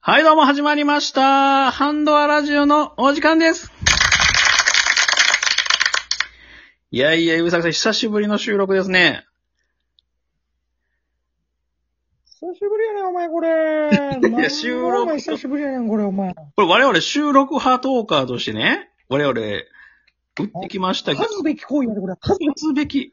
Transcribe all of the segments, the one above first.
はい、どうも始まりました。ハンドアラジオのお時間です。いやいや、ゆうさくさん、久しぶりの収録ですね。久しぶりやねん、お前、これ。 いや収録お前、久しぶりやねん、これ、お前。これ我々収録派トーカーとしてね、我々、打ってきましたけど恥、ずべき行為やで、これ。恥ずべき。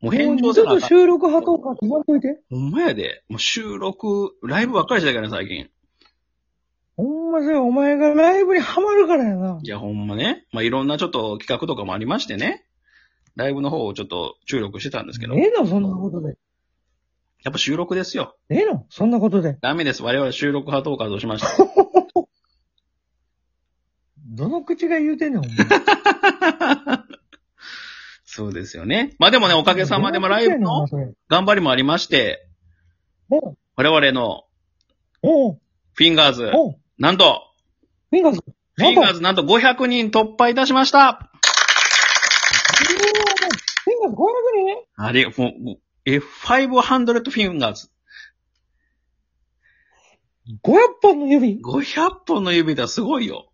もうもう返二上度せなあとかん。収録派とかって言わんといて。ほんまやで。もう収録、ライブばっかりしてたからね、最近。ほんまさ、お前がライブにハマるからやな。いや、ほんまね。まあ、いろんなちょっと企画とかもありましてね。ライブの方をちょっと注力してたんですけど。やねえの、そんなことで。っぱ収録ですよ。ねえの、そんなことで。ダメです。我々収録派トーカーとしました。 どの口が言うてんねん、お前。そうですよね。まあでもね、おかげさまでもライブのどの口やねん頑張りもありまして、お前それ我々のおう、フィンガーズ、おう、おう、なんと、フィンガーズ。フィンガーズ。ズなんと500人突破いたしましたええお前フィンガーズ500人ね。あれ、もう、え、500フィンガーズ。 500本の指。 500本の指だ、すごいよ。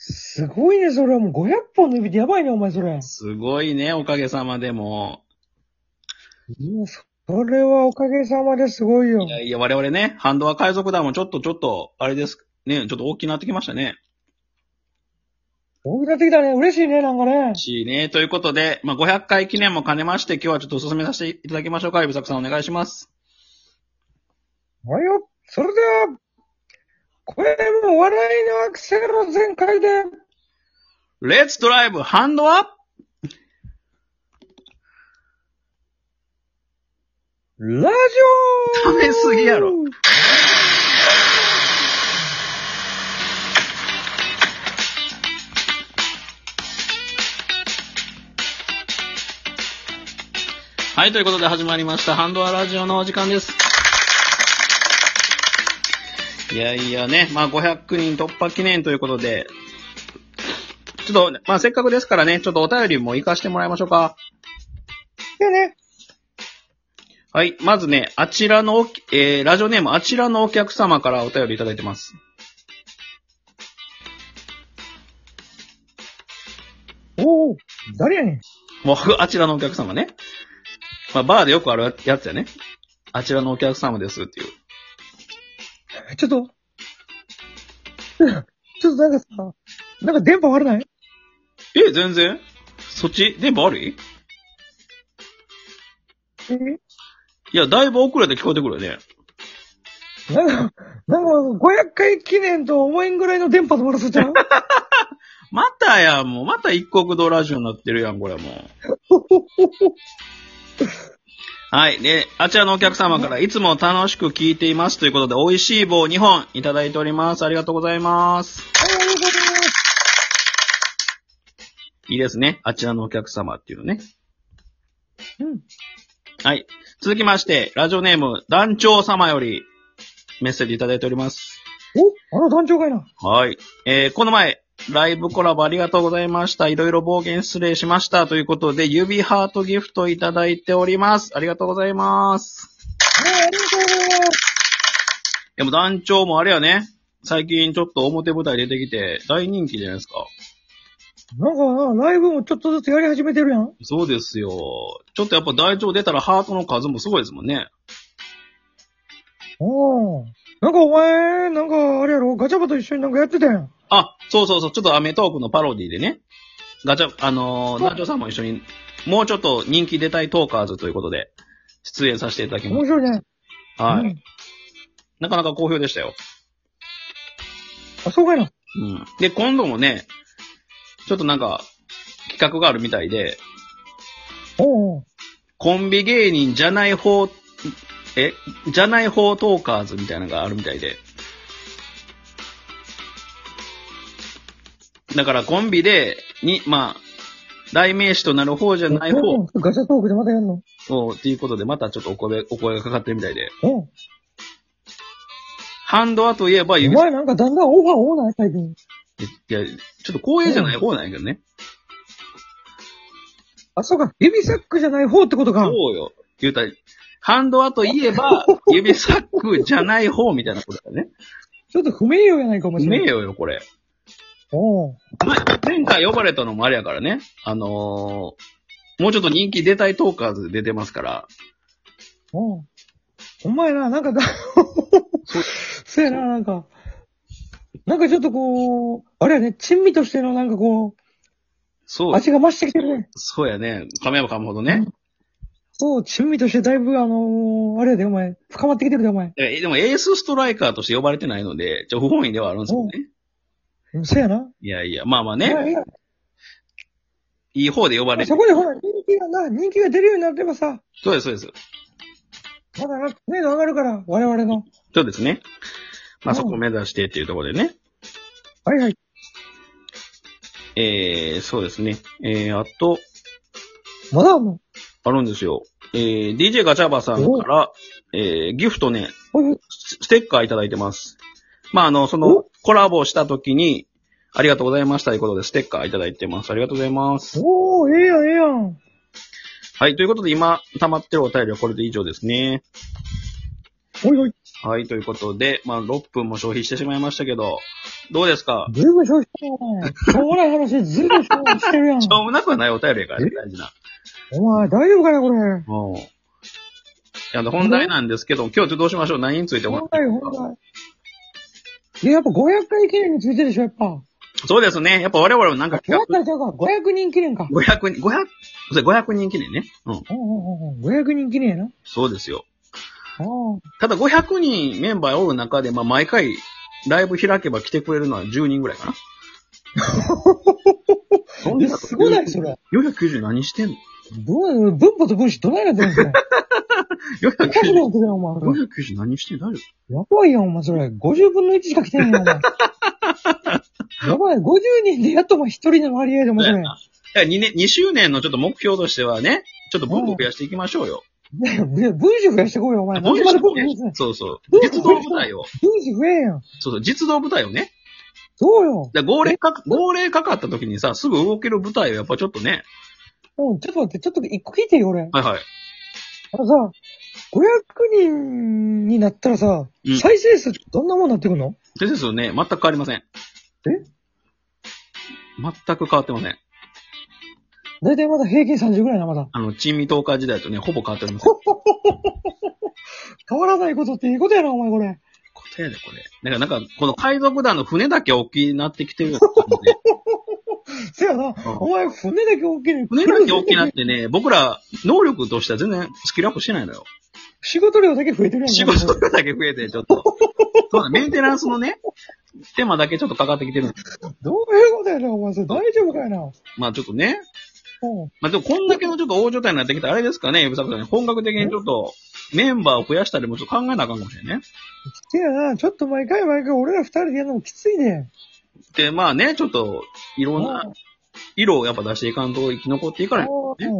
すごいね、それはもう500本の指ってやばいね、お前、それ。すごいね、おかげさまでもいやそれはおかげさまですごいよう。い。やいや、我々ね、ハンドは海賊団もちょっとちょっと、あれです、ね、ちょっと大きくなってきましたね。大きくなってきたね。嬉しいね、なんかね。しいね。ということで、まあ、500回記念も兼ねまして、今日はちょっとお勧めさせていただきましょうか。イブサクさんお願いします。はいよ。それでは、これも笑いのアクセルを全開で、レッツドライブハンドアップラジオ食べ過ぎやろはい、ということで始まりました。ハンドアラジオのお時間です。いやいやね、まあ、500人突破記念ということで、ちょっと、まあ、せっかくですからね、ちょっとお便りも活かしてもらいましょうか。でね、はい。まずね、あちらのおき、えー、ラジオネーム、あちらのお客様からお便りいただいてます。おお、誰やねん。もう、 あちらのお客様ね。まあ、バーでよくあるやつやね。あちらのお客様ですっていう。ちょっと、 ちょっとなんかさ、なんか電波悪ないえ、全然そっち電波悪いえいや、だいぶ遅れて聞こえてくるよね。なんか、なんか500回記念と思えんぐらいの電波の悪さち ゃうまたやん、もう。また一国道ラジオになってるやん、これもう。はい。で、あちらのお客様から、いつも楽しく聞いていますということで、美味しい棒2本いただいております。ありがとうございます。はいありがとうございますいいですね。あちらのお客様っていうのね。うん。はい。続きまして、ラジオネーム、団長様よりメッセージいただいております。おあの団長がいな。はい。えー、この前、ライブコラボありがとうございました。いろいろ暴言失礼しました。ということで、指ハートギフトいただいております。ありがとうございます。はいありがとうございます。でも団長もあれやね。最近ちょっと表舞台出てきて、大人気じゃないですか。なんかな、ライブもちょっとずつやり始めてるやん。そうですよ。ちょっとやっぱ団長出たらハートの数もすごいですもんね。おん。なんかお前、なんかあれやろ、ガチャバと一緒になんかやってたやん。あ、そうそうそう、ちょっとアメトークのパロディでね、ガチャ、あのー、はいナチョさんも一緒に、もうちょっと人気出たいトーカーズということで、出演させていただきま面し白いね。た。はうい。んなかなか好評でしたよ。あ、そうかいな。うん。で、今度もね、ちょっとなんか、企画があるみたいで、おうコンビ芸人じゃない方、え、じゃない方トーカーズみたいなのがあるみたいで。だからコンビで、に、まあ、代名詞となる方じゃおうない方うんガチャトークでまたやんの。そう、っていうことで、またちょっとお声、お声がかかってるみたいで。おうハンドアといえば、お指前なんかだんだんオファー多ない最近。いや、ちょっと光栄じゃない方なんやけどね。あ、そうか。指サックじゃない方ってことか。そうよ。言うたら、ハンドアといえ ば、指サックじゃない方みたいなことだね。ちょっと不名誉やないかもしれない。名誉よ、これ。おう前回呼ばれたのもあれやからね。あのーもうちょっと人気出たいトーカーズ出てますから。おうお前な、なんかだ、そうそうやな、なんか、なんかちょっとこう、あれやね、珍味としてのなんかこ、そうう、味が増してきてるね。そうやね。噛めば噛むほどね。そう、珍味としてだいぶあのーあれやで、お前、深まってきてるで、お前。えでもエースストライカーとして呼ばれてないので、ちょ、不本意ではあるんですけどね。うんそうやな。いやいや、まあまあまあね、いいやいい方で呼ばれてそ。こでほら、人気がな、人気が出るようになればさ、そうです、そうです。まだな、知名度上がるから、我々の。そうですね。まあうんそこを目指してっていうところでね。はいはい。えー、そうですね。えー、あと、まだあんのあるんですよ。えー、DJ ガチャバさんから、えー、ギフトね、おいスステッカーいただいてます。まあ、あの、そのお、コラボした時に、ありがとうございましたということで、ステッカーいただいてます。ありがとうございます。おー、ええやん、ええやん。はい、ということで、今、溜まってるお便りはこれで以上ですね。おいおい、はい、ということで、まあ、6分も消費してしまいましたけど、どうですかずいぶん消費してるやん。しょうもない話、ずいぶん消費 してるやんし。ょうもなくはないお便りやからね、大事な。お前、大丈夫かな、こうれ。ん。いや、あの本題なんですけど、今日ちょっとどうしましょう何について本も。題、本題。いや、やっぱ500回記念についてるでしょ、やっぱ。そうですね。やっぱ我々もなんか企500画、回ちゃうか、500人記念か。 500人、500、そう500人記念ね。うん。うんうんうんうん、500人記念やな。そうですよ。ああ。ただ500人メンバーおる中で、まあ、毎回、ライブ開けば来てくれるのは10人ぐらいか な。そんえすごない、それ。 490何してんのどうなの分母と分子どないなってるんですかおかし ?490 くなってるやん、お前。 490何してんの大丈やばいやん、お前、それ。50分の1しか来てんやん、お前。やばい、50人でやっとお前一人の割合で、お夫前、それ。だ2年、2周年のちょっと目標としてはね、ちょっと分母増やしていきましょうよ。いや分子増やしてこいよ、お前。分何母まで増や分子増しやすねそうそうど。ういう実こと動部隊を。分子増えやん。そうそう、実動部隊をね。そうよ。だから号令かか、号令かかった時にさ、すぐ動ける部隊をやっぱちょっとね。うん、ちょっと待って、ちょっと一個聞いてよ、俺。はいはい。あのさ、500人になったらさうん、再生数ってどんなもんなってくんの、先生ですよね、全く変わりません。え全く変わってません。だいたいまだ平均30ぐらいな、まだ。あの、珍味トーカー時代とね、ほぼ変わっておりません。こ変わらないことっていいことやな、お前、これ。とやで、これ。なんか、なんか、この海賊団の船だけ大きくなってきてるような感じでせやな、んお前、船だけ大きいのに船だけ大きくなってね、僕ら、能力としては全然スキルアップしてないのよ。仕事量だけ増えてるやん。仕事だけ増えて、ちょっと。そうだメンテナンスのね、手間だけちょっとかかってきてるんです。どういうことやねん、お前、それ大丈夫かいな。まあちょっとね。うん。まあでもこんだけのちょっと大所帯になってきたらあれですかね、ゆぶさくさんね。本格的にちょっと、メンバーを増やしたりもちょっと考えなあかんかもしれないね。せやな、ちょっと毎回毎回俺ら二人でやるのもきついで。で、まあね、ちょっと、いろんな色をやっぱ出していかんと生き残っていかない。うんう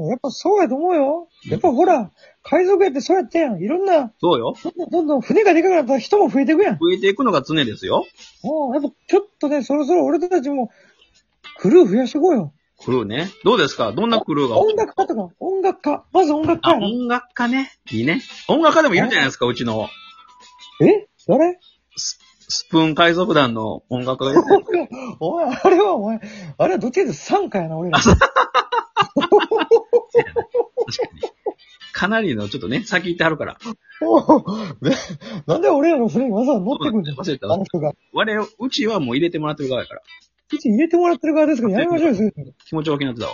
んやっぱそうやと思うよ。やっぱほら、海賊やってそうやってやん。いろんな、そうよ。どんどんどんどん船がでかくなったら人も増えていくやん。増えていくのが常ですよ。うん、やっぱちょっとね、そろそろ俺たちも、クルー増やしていこうよ。クルーね。どうですかどんなクルーが音楽家とか、音楽家。まず音楽家あ、やな。音楽家ね。いいね。音楽家でもいるじゃないですか、うちの。え誰スプーン海賊団の音楽家がいるじゃないですか。お前、あれはお前、あれはどっちかというと参加やな、俺ら。確かに。かなりの、ちょっとね、先行ってはるから。おう でなんで俺らの船にわざわざ乗ってくんだよ。忘れたあの人が。我々、うちはもう入れてもらってる側やから。位置入れてもらってる側ですから、やめましょうよ、そういうの気持ち大きくなってた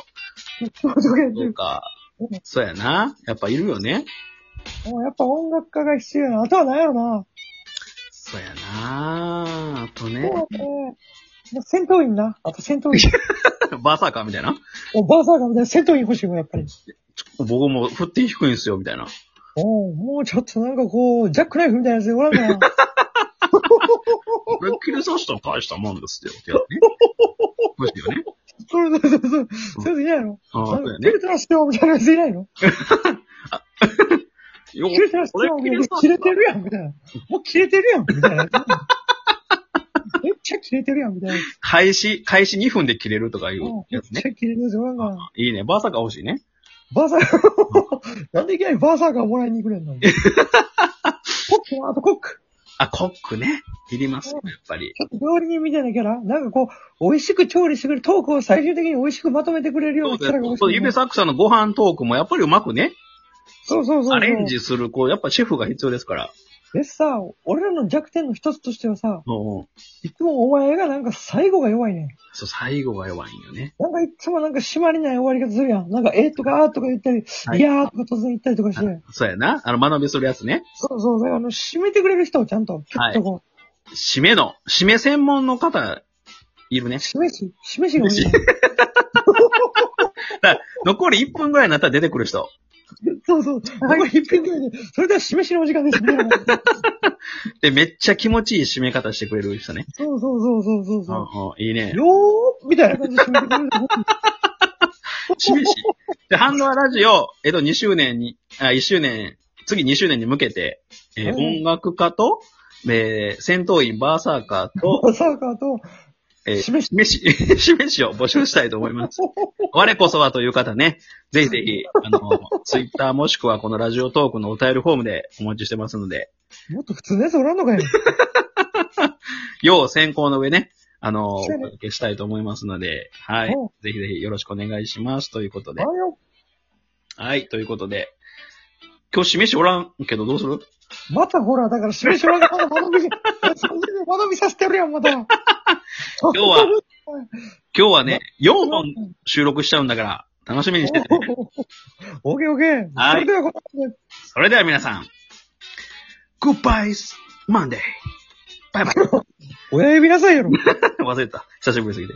わ。そうか。そうやな。やっぱいるよね。もうやっぱ音楽家が必要やな。あとは何やろな。そうやなあとねそう、だね。戦闘員な。あと戦闘 員。バーサーカーみたいな。おバーサーガーみたいな戦闘員欲しいもん、やっぱり。僕も振って低いんですよ、みた いな。おうもうちょっとなんかこう、ジャックナイフみたいなやつでおら んかな。これ、キルサシと返したもんですよ、って やつね。欲しいよね。そうそうそうそう。そういうやついないのああ、そうやキね。ルトラしてよみたいなやついないのよキルトラしてよみたいな。切れてるやんみたいな。もう切れてるやんみたいなやつ。めっちゃ切れてるやんみたいなや つ。開始、開始2分で切れるとかいううんめやっつね。ちゃ切れてるやつおらんかな。いいね。バーサーカー欲しいね。バーサー、なんでいきなりバーサーがもらいに行くねんなんで。コックのあとコック。あ、コックね。いりますよ、やっぱり。ちょっと料理人みたいなキャラなんかこう、美味しく調理してくれる、トークを最終的に美味しくまとめてくれるそようなうキだャラがよ欲しそう、いゆな。べさくさんのご飯トークもやっぱりうまくね、そうそうそうそう。アレンジする、こう、やっぱシェフが必要ですから。でさ、俺らの弱点の一つとしてはさ、そう、いつもお前がなんか最後が弱いねん。そう最後が弱いんよね。なんかいつもなんか締まりない終わり方するやん。なんか、えーとかあーとか言ったり、はいい、やーとか突然言ったりとかして。そうやな。あの、間延びするやつね。そうそうそう。あの、締めてくれる人をちゃんと、ピュッとこう、締めの、締め専門の方、いるね。締めし、締めしがいいね残り1分ぐらいになったら出てくる人。そうそう。はい、これ一品ぐらいで、それでは締めしのお時間です ね。で、めっちゃ気持ちいい締め方してくれる人ね。そうそうそうそうそううんそうんいいねう。。よーみたい な感じで締めてくれる。締めし。で、ハンドアラジオ、えっと、2周年に、あ、1周年、次2周年に向けて、えーうん音楽家と、えー戦闘員バーサーカーと、サーカーと、えー締めし、示し、 示しを募集したいと思います。我こそはという方ね、ぜひぜひ、あの、ツイッターもしくはこのラジオトークのお便りフォームでお待ちしてますので、もっと普通のやつおらんのかよ。要選考の上ね、あの、おそうね届けしたいと思いますので、はい。うんぜひぜひよろしくお願いします。ということあで。よ、はい、ということで。今日示しおらんけどどうするまたほら、だから締めしのお時間まだ学び、そんで学びさせてるやん、また。今日は 今日はね、4本収録しちゃうんだから、楽しみにしててね。オーケーオーケー。はいそれではこの辺で、それでは皆さん、Goodbye Monday! バイバイ親指なさいよ。忘れてた。久しぶりすぎて。